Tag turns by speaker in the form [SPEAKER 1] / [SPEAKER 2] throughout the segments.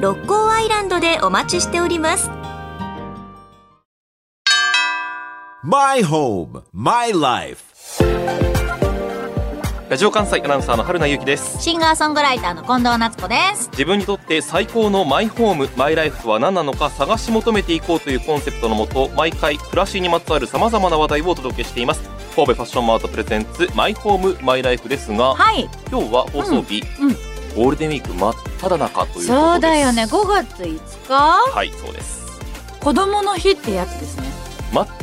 [SPEAKER 1] 六甲アイランドでお待ちしております
[SPEAKER 2] My home, my life.
[SPEAKER 3] ラジオ関西アナウンサーの春名由紀です
[SPEAKER 4] シンガーソングライターの近藤夏子です。
[SPEAKER 3] 自分にとって最高のマイホームマイライフとは何なのか探し求めていこうというコンセプトのもと毎回暮らしにまつわるさまざまな話題をお届けしています神戸ファッションマートプレゼンツマイホームマイライフですが
[SPEAKER 4] はい。
[SPEAKER 3] 今日は放送日、
[SPEAKER 4] うんうん
[SPEAKER 3] ゴールデンウィーク真っ只中ということです
[SPEAKER 4] そうだよね。5月5日
[SPEAKER 3] はいそうです
[SPEAKER 4] 子供の日ってやつですね。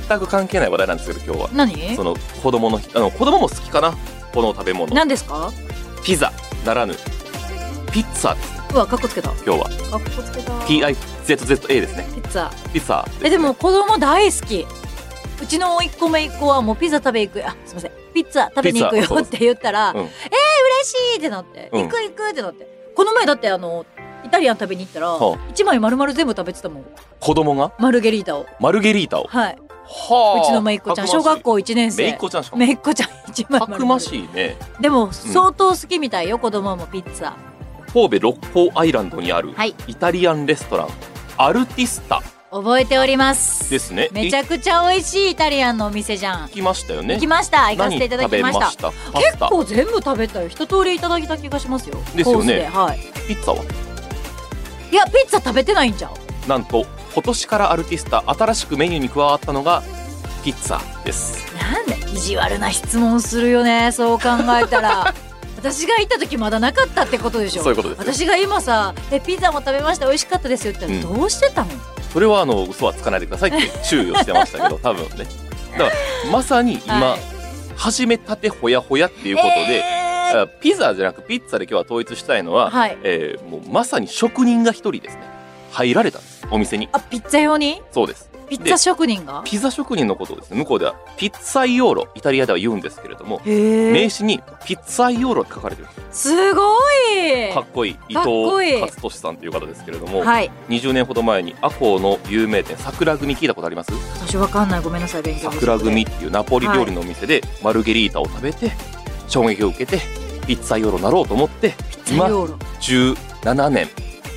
[SPEAKER 3] 全く関係ない話題なんですけど今日は
[SPEAKER 4] 何
[SPEAKER 3] その子供の日あの子供も好きかなこの食べ物
[SPEAKER 4] 何ですか
[SPEAKER 3] ピザならぬピッツァです
[SPEAKER 4] うわ、かっこつけた。かっ
[SPEAKER 3] 今日は
[SPEAKER 4] こつけた。
[SPEAKER 3] PIZZA ですね
[SPEAKER 4] ピッツァ。
[SPEAKER 3] ピザですね、
[SPEAKER 4] え、でも子供大好き。うちの甥っ子姪っ子はもうピザ食べ行く。あ、すいません。ピッツァ食べに行くよ
[SPEAKER 3] ピッツァそう
[SPEAKER 4] って言ったら、
[SPEAKER 3] うん
[SPEAKER 4] えー、嬉しいってなって。
[SPEAKER 3] うん
[SPEAKER 4] 行く行くってなって。この前だってあの、イタリアン食べに行ったら、
[SPEAKER 3] は
[SPEAKER 4] 一枚丸々全部食べてたもん。
[SPEAKER 3] 子供が
[SPEAKER 4] マルゲリータを。
[SPEAKER 3] マルゲリータを
[SPEAKER 4] はい。
[SPEAKER 3] は
[SPEAKER 4] うちの姪っ子ちゃん、小学校1年生。
[SPEAKER 3] めいっ子ちゃんしかも
[SPEAKER 4] めいっ子ちゃん一枚
[SPEAKER 3] た
[SPEAKER 4] 丸
[SPEAKER 3] く
[SPEAKER 4] 々
[SPEAKER 3] ましいね
[SPEAKER 4] でも相当好きみたいよ、子供もピッツァ
[SPEAKER 3] 神戸六甲アイランドにある
[SPEAKER 4] はい
[SPEAKER 3] イタリアンレストランアルティスタ
[SPEAKER 4] 覚えております
[SPEAKER 3] ですね
[SPEAKER 4] めちゃくちゃ美味しいイタリアンのお店じゃん、
[SPEAKER 3] 行きましたよね
[SPEAKER 4] 行きました行かせ
[SPEAKER 3] 何
[SPEAKER 4] ていただ
[SPEAKER 3] 食
[SPEAKER 4] き
[SPEAKER 3] べ
[SPEAKER 4] ま
[SPEAKER 3] ま
[SPEAKER 4] した
[SPEAKER 3] したパ
[SPEAKER 4] 結
[SPEAKER 3] スタ
[SPEAKER 4] 構全部食べたよ一通りいただいた気がしますよ
[SPEAKER 3] ですよね
[SPEAKER 4] コースではい
[SPEAKER 3] ピッツァはい
[SPEAKER 4] やピッツァ食べてないんじゃん
[SPEAKER 3] なんと今年からアルティスタ新しくメニューに加わったのがピッツァです
[SPEAKER 4] なんで意地悪な質問するよねそう考え たら私が行った時まだなかったってことでしょ
[SPEAKER 3] そういうことです
[SPEAKER 4] 私が今さ「えピザも食べました美味しかったですよ」って言ったらどうしてたの、
[SPEAKER 3] それはあの嘘はつかないでくださいって注意をしてましたけ ど多分ねだからまさに今、
[SPEAKER 4] はい
[SPEAKER 3] 始めたてほやほやっていうことで、
[SPEAKER 4] えー
[SPEAKER 3] あピザじゃなくピッツァで今日は統一したいのは、
[SPEAKER 4] はい
[SPEAKER 3] えーもうまさに職人が一人ですね入られたんですお店に
[SPEAKER 4] あピッツァ用に
[SPEAKER 3] そうです
[SPEAKER 4] ピッツァ職人が
[SPEAKER 3] ピザ職人のことをですね向こうではピッツァイオーロイタリアでは言うんですけれども
[SPEAKER 4] へえ
[SPEAKER 3] 名刺にピッツァイオーロって書かれてるんです
[SPEAKER 4] すごい
[SPEAKER 3] かっこいい伊
[SPEAKER 4] かっこい
[SPEAKER 3] 藤
[SPEAKER 4] い
[SPEAKER 3] 勝利さんという方ですけれども、
[SPEAKER 4] はい
[SPEAKER 3] 20年ほど前にアコーの有名店桜組聞いたことあります
[SPEAKER 4] 私わかんないごめんなさい勉強不足で
[SPEAKER 3] 桜組っていうナポリ料理のお店でマルゲリータを食べて衝撃を受けてピッツァイオーロになろうと思って
[SPEAKER 4] ピッツァ
[SPEAKER 3] 今
[SPEAKER 4] イオーロ
[SPEAKER 3] 17年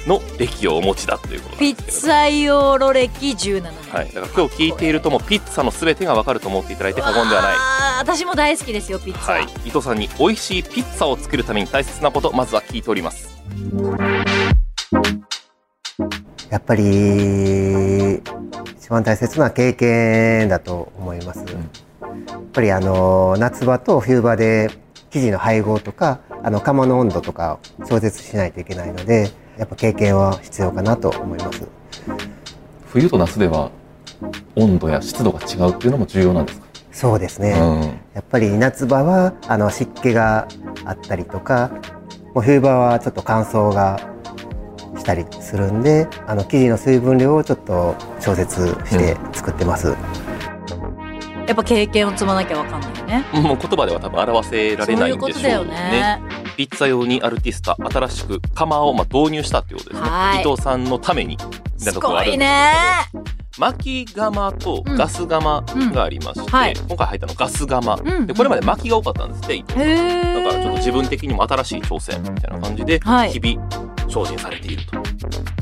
[SPEAKER 3] の歴をお持ちだということなん
[SPEAKER 4] ピ
[SPEAKER 3] ですけ
[SPEAKER 4] ッ
[SPEAKER 3] れど
[SPEAKER 4] ツァイオーロ歴17年
[SPEAKER 3] はい、だから今日聞いているともピッツァのすべてがわかると思っていただいて過言ではない。
[SPEAKER 4] あー私も大好きですよピッツァ、
[SPEAKER 3] はい、伊藤さんに美味しいピッツァを作るために大切なことまずは聞いております。
[SPEAKER 5] やっぱり一番大切な経験だと思います。やっぱりあの夏場と冬場で生地の配合とかあの釜の温度とかを調節しないといけないので、やっぱ経験は必要かなと思います。
[SPEAKER 6] 冬と夏では温度や湿度が違うっていうのも重要なんですか、
[SPEAKER 5] そうですね。
[SPEAKER 6] うん
[SPEAKER 5] やっぱり夏場はあの湿気があったりとかもう冬場はちょっと乾燥がしたりするんであの生地の水分量をちょっと調節して作ってます、
[SPEAKER 4] やっぱ経験を積まなきゃわかんないよね
[SPEAKER 3] もう言葉では多分表せられないん
[SPEAKER 4] そうい
[SPEAKER 3] で
[SPEAKER 4] う
[SPEAKER 3] し
[SPEAKER 4] こ
[SPEAKER 3] ょう
[SPEAKER 4] とだ
[SPEAKER 3] ね。
[SPEAKER 4] よね
[SPEAKER 3] ピッツァ用にアルティスタ新しく釜をまあ導入したっていうことですね
[SPEAKER 4] は。い
[SPEAKER 3] 伊藤さんのためにな
[SPEAKER 4] す
[SPEAKER 3] ところ
[SPEAKER 4] ご
[SPEAKER 3] ある
[SPEAKER 4] い
[SPEAKER 3] んです
[SPEAKER 4] ね
[SPEAKER 3] けど巻き釜とガス釜がありまして、
[SPEAKER 4] うんはい
[SPEAKER 3] 今回入ったのガス釜、
[SPEAKER 4] ん
[SPEAKER 3] でこれまで巻きが多かったんですって。
[SPEAKER 4] へえ
[SPEAKER 3] だからちょっと自分的にも新しい挑戦みたいな感じで日々
[SPEAKER 4] はい
[SPEAKER 3] 精進されていると、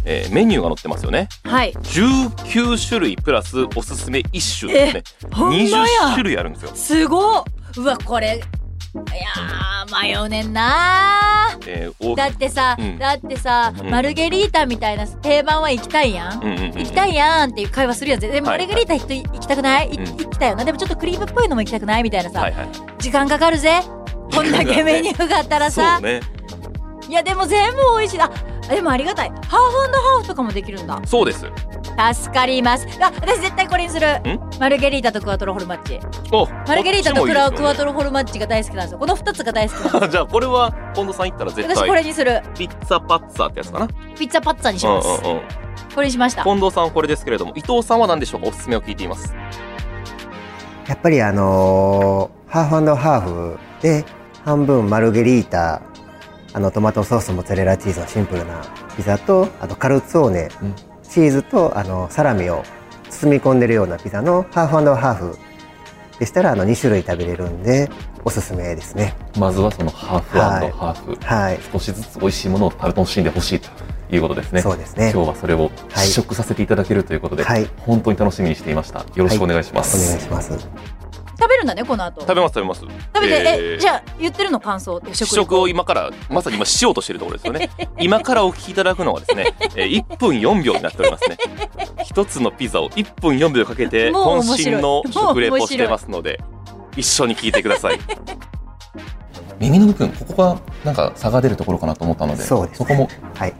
[SPEAKER 3] えーメニューが載ってますよね
[SPEAKER 4] はい
[SPEAKER 3] 19種類プラスおすすめ1種ですね
[SPEAKER 4] ほんまや
[SPEAKER 3] 20種類あるんですよ、
[SPEAKER 4] すごっうわこれいやー迷うねんなー
[SPEAKER 3] えー大き
[SPEAKER 4] だってさ、
[SPEAKER 3] うん
[SPEAKER 4] だってさ、
[SPEAKER 3] うん
[SPEAKER 4] マルゲリータみたいな定番は行きたいやん、
[SPEAKER 3] うんうんうん
[SPEAKER 4] 行きたいやんっていう会話するやんでも
[SPEAKER 3] は
[SPEAKER 4] マ
[SPEAKER 3] い
[SPEAKER 4] ルゲリータ人行きたくない、い
[SPEAKER 3] うん
[SPEAKER 4] 行きたいよなでもちょっとクリームっぽいのも行きたくないみたいなさ、
[SPEAKER 3] はいはい
[SPEAKER 4] 時間かかるぜ こんだ けメニューがあったら
[SPEAKER 3] そ
[SPEAKER 4] さ、
[SPEAKER 3] うね
[SPEAKER 4] いやでも全部美味しいあでもありがたいハーフハーフとかもできるんだ
[SPEAKER 3] そうです
[SPEAKER 4] 助かりますあ私絶対これにする
[SPEAKER 3] ん
[SPEAKER 4] マルゲリータとクワトロホルマッチ
[SPEAKER 3] お
[SPEAKER 4] マルゲリータとクラクワト
[SPEAKER 3] ロ
[SPEAKER 4] ロホルマッチが大好きなんですよこの2つが大好きなんです
[SPEAKER 3] じゃあこれは 近藤さん行ったら絶
[SPEAKER 4] 私こ
[SPEAKER 3] 対
[SPEAKER 4] れにする
[SPEAKER 3] ピッツァパッツァってやつかな
[SPEAKER 4] ピッツァパッツァにします、
[SPEAKER 3] うんうんうん
[SPEAKER 4] これにしました
[SPEAKER 3] 近藤さんはこれですけれども伊藤さんは何でしょうかおすすめを聞いています
[SPEAKER 5] やっぱりあのーハーフハーフで半分マルゲリータあのトマトソースモッツァレラチーズのシンプルなピザとあとカルツォーネ、
[SPEAKER 6] うん
[SPEAKER 5] チーズとあのサラミを包み込んでるようなピザのハーフハーフでしたらあの2種類食べれるんでおすすめですね
[SPEAKER 6] まずはそのハーフ
[SPEAKER 5] はい
[SPEAKER 6] ハーフ、
[SPEAKER 5] はい、
[SPEAKER 6] 少しずつ美味しいものを楽しんでほしいということですね
[SPEAKER 5] そうですね
[SPEAKER 6] 今日はそれを
[SPEAKER 5] はい
[SPEAKER 6] 試食させていただけるということで、
[SPEAKER 5] はい
[SPEAKER 6] 本当に楽しみにしていましたよろしくお願いしま
[SPEAKER 5] お願
[SPEAKER 6] す、
[SPEAKER 5] いします
[SPEAKER 4] 食べるんだねこの後
[SPEAKER 3] 食べます食べます
[SPEAKER 4] 食べてえ
[SPEAKER 3] ー
[SPEAKER 4] じゃあ言ってるの感想って
[SPEAKER 3] 試
[SPEAKER 4] 食
[SPEAKER 3] 食を今からまさに今しようとしているところですよね今からお聞きいただくのはですね、えー1分4秒になっておりますね一つのピザを1分4秒かけて
[SPEAKER 4] もう面
[SPEAKER 3] 渾
[SPEAKER 4] 白
[SPEAKER 3] 身
[SPEAKER 4] い
[SPEAKER 3] の食レポ
[SPEAKER 4] もう面白
[SPEAKER 3] を
[SPEAKER 4] い
[SPEAKER 3] してますので一緒に聞いてください
[SPEAKER 6] 耳の部分ここがなんか差が出るところかなと思ったので
[SPEAKER 5] そうですね
[SPEAKER 6] こも
[SPEAKER 5] はい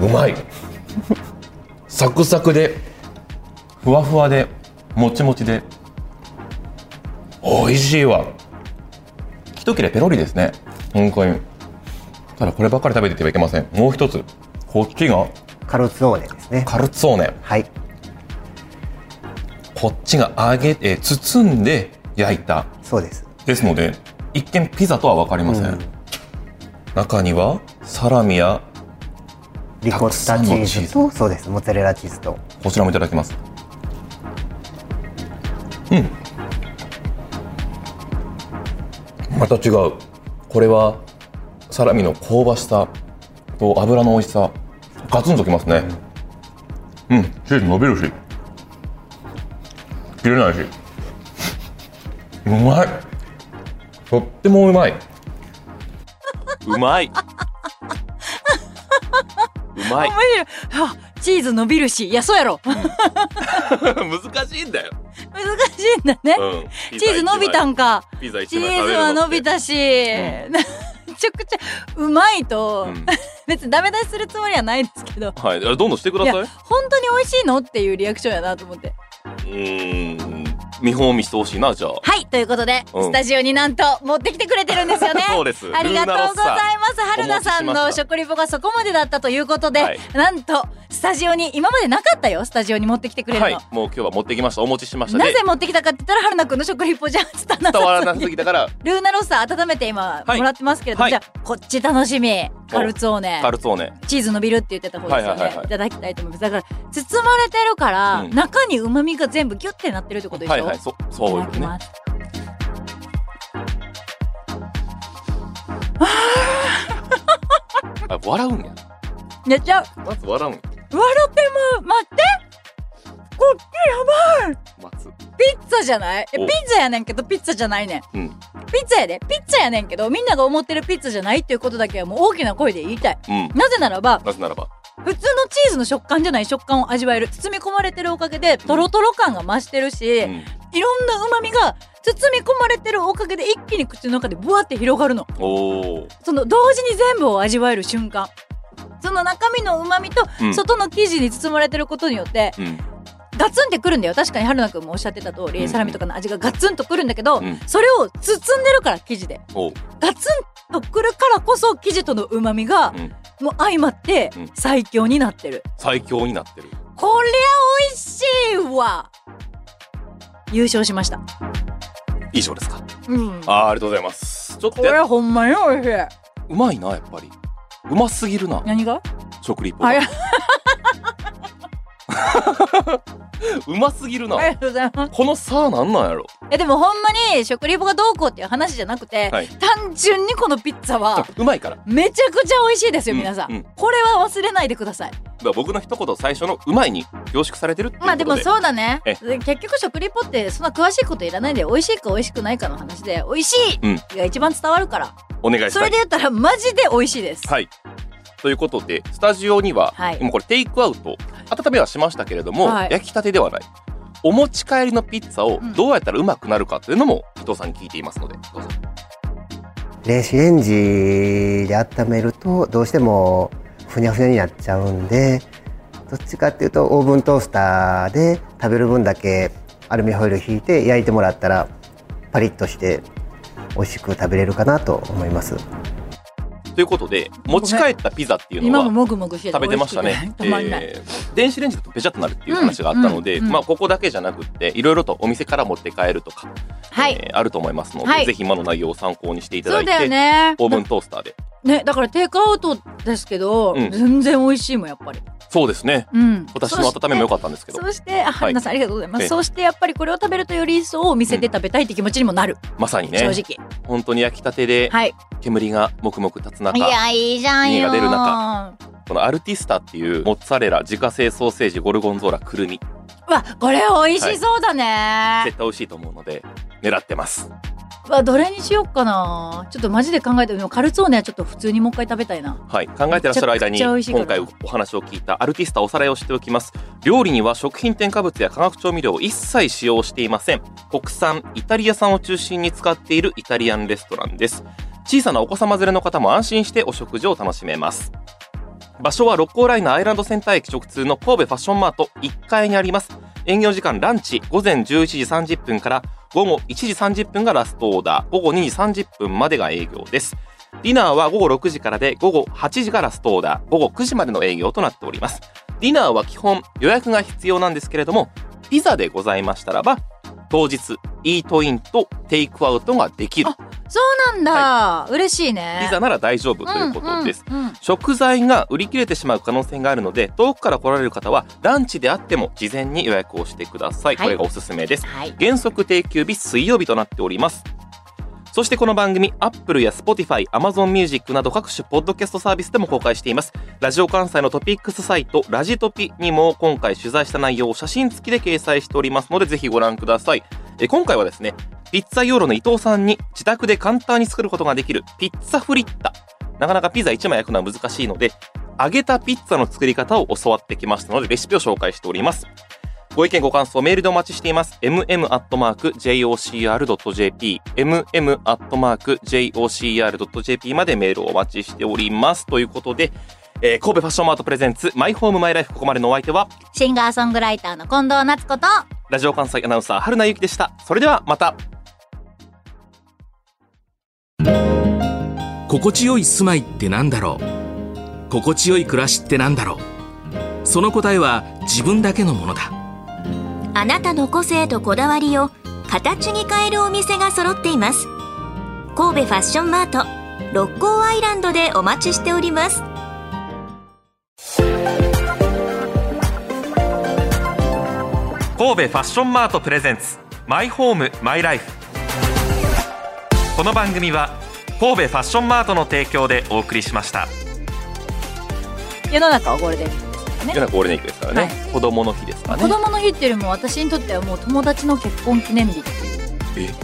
[SPEAKER 6] うまいサクサクでふわふわでもちもちで美味しいわ一切れペロリですね本当にただこればっかり食べててはいけませんもう一つこっちが
[SPEAKER 5] カルツォーネですね
[SPEAKER 6] カルツォーネ
[SPEAKER 5] はい
[SPEAKER 6] こっちが揚げて包んで焼いた
[SPEAKER 5] そうです
[SPEAKER 6] ですので一見ピザとは分かりません、
[SPEAKER 5] うん
[SPEAKER 6] 中にはサラミや
[SPEAKER 5] リコッタチ
[SPEAKER 6] たくさんのチー
[SPEAKER 5] ー
[SPEAKER 6] ズ
[SPEAKER 5] ズとそうですモッツァレラチーズと
[SPEAKER 6] こちらもいただきますうんまた違うこれはサラミの香ばしさと油の美味しさガツンときますねうんチーズ伸びるし切れないしうまいとってもうまいう
[SPEAKER 3] ま いうまい
[SPEAKER 4] はあチーズ伸びるしいやそうやろ難
[SPEAKER 3] 難しいんだよ、
[SPEAKER 4] しいんだ ね、
[SPEAKER 3] うん
[SPEAKER 4] チーズ伸びたんか
[SPEAKER 3] ピザ
[SPEAKER 4] チ
[SPEAKER 3] 一枚
[SPEAKER 4] ーズは伸び
[SPEAKER 3] 食
[SPEAKER 4] たし、めちゃくちゃうまいと、
[SPEAKER 3] べるのって、
[SPEAKER 4] 別にダメ出しするつもりはないですけど
[SPEAKER 3] うんはいあどんどんしてくだ
[SPEAKER 4] い
[SPEAKER 3] さ
[SPEAKER 4] や
[SPEAKER 3] い
[SPEAKER 4] 本当に美味しいのっていうリアクションやなと思って
[SPEAKER 3] うーん見本を見せてほしいなじゃあ
[SPEAKER 4] はいということで、
[SPEAKER 3] うん
[SPEAKER 4] スタジオになんと持ってきてくれてるんですよね
[SPEAKER 3] そうです
[SPEAKER 4] ありがとうございます
[SPEAKER 3] ルー
[SPEAKER 4] 春
[SPEAKER 3] ナロッサ
[SPEAKER 4] 菜さん
[SPEAKER 3] お持
[SPEAKER 4] の
[SPEAKER 3] ちしました
[SPEAKER 4] 食リポがそこまでだったということで、
[SPEAKER 3] はい
[SPEAKER 4] なんとスタジオに今までなかったよスタジオに持ってきてくれるの、
[SPEAKER 3] はいもう今日は持ってきましたお持ちしました
[SPEAKER 4] な
[SPEAKER 3] で
[SPEAKER 4] ぜ持ってきたかって言ったら春菜くんの食リポじゃ伝わらな
[SPEAKER 3] 伝わら
[SPEAKER 4] さ
[SPEAKER 3] な
[SPEAKER 4] す
[SPEAKER 3] す
[SPEAKER 4] ぎ
[SPEAKER 3] ぎたから
[SPEAKER 4] ルーナロッサ温めて今
[SPEAKER 3] はい
[SPEAKER 4] もらってますけれども、
[SPEAKER 3] はい
[SPEAKER 4] じゃあこっち楽しみカルツォーネ
[SPEAKER 3] カルツォーネ
[SPEAKER 4] チーズ伸びるって言ってた方ですよね、
[SPEAKER 3] はいいはいはいはい
[SPEAKER 4] ただきたいと思いますだから包まれてるから、
[SPEAKER 3] うん
[SPEAKER 4] 中に旨味が全部ギュッてなってるってことでしょ、
[SPEAKER 3] はいはいそそう
[SPEAKER 4] い
[SPEAKER 3] よ
[SPEAKER 4] ただき
[SPEAKER 3] ね
[SPEAKER 4] ます
[SPEAKER 3] あ笑うんや
[SPEAKER 4] めっちゃ
[SPEAKER 3] 松笑うんや
[SPEAKER 4] 笑っても待ってこっ
[SPEAKER 3] 松
[SPEAKER 4] ピッツァじゃないえピ
[SPEAKER 3] お
[SPEAKER 4] ッツァやねんけどピッツァじゃないねん
[SPEAKER 3] うん
[SPEAKER 4] ピッツァやでピッツァやねんけどみんなが思ってるピッツァじゃないっていうことだけはもう大きな声で言いたい
[SPEAKER 3] うん
[SPEAKER 4] なぜならば
[SPEAKER 3] なぜならば
[SPEAKER 4] 普通のチーズの食感じゃない食感を味わえる包み込まれてるおかげでトロトロ感が増してるし、
[SPEAKER 3] うん
[SPEAKER 4] いろんな旨味が包み込まれてるおかげで一気に口の中でブワって広がるの
[SPEAKER 3] おー
[SPEAKER 4] その同時に全部を味わえる瞬間その中身の旨味と
[SPEAKER 3] うん
[SPEAKER 4] 外の生地に包まれてることによって
[SPEAKER 3] うん
[SPEAKER 4] ガツンってくるんだよ確かに春菜くんもおっしゃってた通
[SPEAKER 3] う
[SPEAKER 4] り
[SPEAKER 3] ん
[SPEAKER 4] サラミとかの味がガツンとくるんだけど、
[SPEAKER 3] うん
[SPEAKER 4] それを包んでるから生地で
[SPEAKER 3] おー
[SPEAKER 4] ガツンとくるからこそ生地との旨味が
[SPEAKER 3] うん
[SPEAKER 4] もう相まって
[SPEAKER 3] うん
[SPEAKER 4] 最強になってる、
[SPEAKER 3] 最強になってる
[SPEAKER 4] こりゃ美味しいわ優勝しました
[SPEAKER 3] 以上ですか
[SPEAKER 4] うん
[SPEAKER 3] あーありがとうございますちょっ
[SPEAKER 4] ことれ
[SPEAKER 3] や
[SPEAKER 4] ほんまに美味しいう
[SPEAKER 3] まいなやっぱりうますぎるな
[SPEAKER 4] 何が
[SPEAKER 3] 食リポが
[SPEAKER 4] あいや
[SPEAKER 3] うますぎるな
[SPEAKER 4] ありがとうございます
[SPEAKER 3] この差なんなんやろ
[SPEAKER 4] えでもほんまに食リポがどうこうっていう話じゃなくて、
[SPEAKER 3] はい
[SPEAKER 4] 単純にこのピッツァは
[SPEAKER 3] うまいからだか
[SPEAKER 4] めちゃくちゃ美味しいですよ
[SPEAKER 3] うん
[SPEAKER 4] 皆さん、
[SPEAKER 3] うん
[SPEAKER 4] これは忘れないでください
[SPEAKER 3] ら僕の一言最初のうまいに凝縮されてるっていうこと
[SPEAKER 4] まあでも
[SPEAKER 3] う
[SPEAKER 4] そうだね
[SPEAKER 3] え
[SPEAKER 4] 結局食リポってそんな詳しいこといらないで美味しいか美味しくないかの話で美味し
[SPEAKER 3] うん
[SPEAKER 4] いが一番伝わるから、
[SPEAKER 3] お願いし
[SPEAKER 4] そ
[SPEAKER 3] た
[SPEAKER 4] れ
[SPEAKER 3] い
[SPEAKER 4] で言ったらマジで美味しいです、
[SPEAKER 3] はい。ということで、スタジオには、
[SPEAKER 4] はい
[SPEAKER 3] 今これテイクアウト、温めはしましたけれども、
[SPEAKER 4] はい
[SPEAKER 3] 焼きたてではない。お持ち帰りのピッツァを
[SPEAKER 4] うん
[SPEAKER 3] どうやったらうまくなるかというのも伊藤さんに聞いていますので、どうぞ。
[SPEAKER 5] 電子レンジで温めるとどうしてもふにゃふにゃになっちゃうんでどっちかっていうとオーブントースターで食べる分だけアルミホイル引いて焼いてもらったらパリッとして美味しく食べれるかなと思います
[SPEAKER 3] ということで持ち帰ったピザっていうの
[SPEAKER 4] 今
[SPEAKER 3] は
[SPEAKER 4] ももぐもぐしてて
[SPEAKER 3] 食べてましたね。
[SPEAKER 4] 美味しくて止まんない、
[SPEAKER 3] えー電子レンジだとべちゃっとなるっていう話があったので、
[SPEAKER 4] うんうんうん
[SPEAKER 3] まあここだけじゃなくっていろいろとお店から持って帰るとか、
[SPEAKER 4] はい
[SPEAKER 3] えーあると思いますので、
[SPEAKER 4] はい
[SPEAKER 3] ぜひ今の内容を参考にしていただ
[SPEAKER 4] そ
[SPEAKER 3] いうて、
[SPEAKER 4] だよね
[SPEAKER 3] オーブントースターで
[SPEAKER 4] ねだからテイクアウトですけど、
[SPEAKER 3] うん
[SPEAKER 4] 全然美味しいもんやっぱり
[SPEAKER 3] そうですね
[SPEAKER 4] うん
[SPEAKER 3] 私の温めも良かったんですけど
[SPEAKER 4] そしてあ春菜さん、ありがとうございま
[SPEAKER 3] ええ
[SPEAKER 4] すそしてやっぱりこれを食べるとより一層お店で食べたいって気持ちにもなる、
[SPEAKER 3] まさにね
[SPEAKER 4] 正直
[SPEAKER 3] 本当に焼きたてで
[SPEAKER 4] はい
[SPEAKER 3] 煙がもくもく立つ中、
[SPEAKER 4] いやいいじゃんよ
[SPEAKER 3] 家が出る中このアルティスタっていうモッツァレラ自家製ソーセージゴルゴンゾーラくるみ
[SPEAKER 4] うわこれ美味しそうだね、
[SPEAKER 3] 絶対美味しいと思うので狙ってます
[SPEAKER 4] うわどれにしようかなちょっとマジで考えてみようカルツォーネはちょっと普通にもう一回食べたいな
[SPEAKER 3] はい、考えてらっしゃる間に
[SPEAKER 4] めちゃくちゃ美味しいか
[SPEAKER 3] 今
[SPEAKER 4] ら
[SPEAKER 3] 回お話を聞いたアルティスタおさらいをしておきます料理には食品添加物や化学調味料を一切使用していません国産イタリア産を中心に使っているイタリアンレストランです小さなお子様連れの方も安心してお食事を楽しめます場所は六甲ライナーアイランドセンター駅直通の神戸ファッションマート1階にあります営業時間ランチ午前11時30分から午後1時30分がラストオーダー午後2時30分までが営業ですディナーは午後6時からで午後8時がラストオーダー午後9時までの営業となっておりますディナーは基本予約が必要なんですけれどもピザでございましたらば当日イートインとテイクアウトができる
[SPEAKER 4] そうなんだ、嬉しいね
[SPEAKER 3] ピザなら大丈夫ということです、
[SPEAKER 4] うんうんうん
[SPEAKER 3] 食材が売り切れてしまう可能性があるので遠くから来られる方はランチであっても事前に予約をしてください、
[SPEAKER 4] はい
[SPEAKER 3] これがおすすめです
[SPEAKER 4] はい
[SPEAKER 3] 原則定休日水曜日となっておりますそしてこの番組 Apple や Spotify、Amazon Music など各種ポッドキャストサービスでも公開していますラジオ関西のトピックスサイトラジトピにも今回取材した内容を写真付きで掲載しておりますのでぜひご覧くださいえー今回はですねピッツァ養老の伊藤さんに自宅で簡単に作ることができるピッツァフリッタなかなかピザ1枚焼くのは難しいので揚げたピッツァの作り方を教わってきましたのでレシピを紹介しておりますご意見ご感想メールでお待ちしています mm.jocr.jp mm.jocr.jp までメールをお待ちしておりますということで、えー神戸ファッションマートプレゼンツマイホームマイライフここまでのお相手は
[SPEAKER 4] シンガーソングライターの近藤夏子と
[SPEAKER 3] ラジオ関西アナウンサー春名由紀でしたそれではまた
[SPEAKER 7] 心地よい住まいってなんだろう心地よい暮らしってなんだろうその答えは自分だけのものだ
[SPEAKER 1] あなたの個性とこだわりを形に変えるお店が揃っています神戸ファッションマート六甲アイランドでお待ちしております
[SPEAKER 3] 神戸ファッションマートプレゼンツマイホームマイライフこの番組は神戸ファッションマートの提供でお送りしました
[SPEAKER 4] 世の中はゴールデンウィークですからね
[SPEAKER 3] 世の中ゴールデンウィークですからね、
[SPEAKER 4] は
[SPEAKER 3] 子供の日ですからね
[SPEAKER 4] 子供の日っていうよりも私にとってはもう友達の結婚記念日っていう
[SPEAKER 3] えも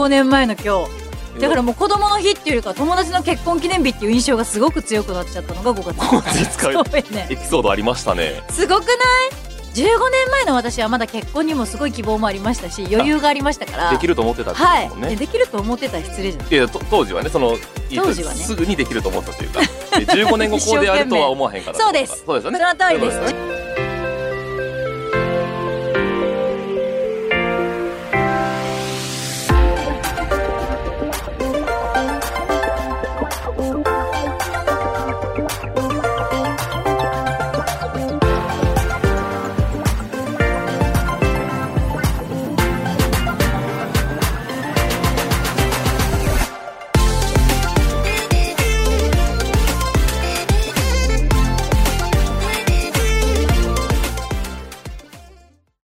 [SPEAKER 4] 15
[SPEAKER 3] う
[SPEAKER 4] 年前の今日だからもう子供の日っていうよりかは友達の結婚記念日っていう印象がすごく強くなっちゃったのが5月
[SPEAKER 3] 5月ですか
[SPEAKER 4] そうやね
[SPEAKER 3] エピソードありましたね
[SPEAKER 4] すごくない15年前の私はまだ結婚にもすごい希望もありましたし余裕がありましたから
[SPEAKER 3] できると思ってたってこと
[SPEAKER 4] は
[SPEAKER 3] ですもんね、
[SPEAKER 4] い、できると思ってたら失礼じゃな
[SPEAKER 3] い
[SPEAKER 4] い
[SPEAKER 3] やと当時はねその
[SPEAKER 4] 当時はね
[SPEAKER 3] すぐにできると思ったというか15年後こうであるとは思わへんから
[SPEAKER 4] そうです
[SPEAKER 3] そうですよね
[SPEAKER 4] その通りです
[SPEAKER 3] そういうことですよね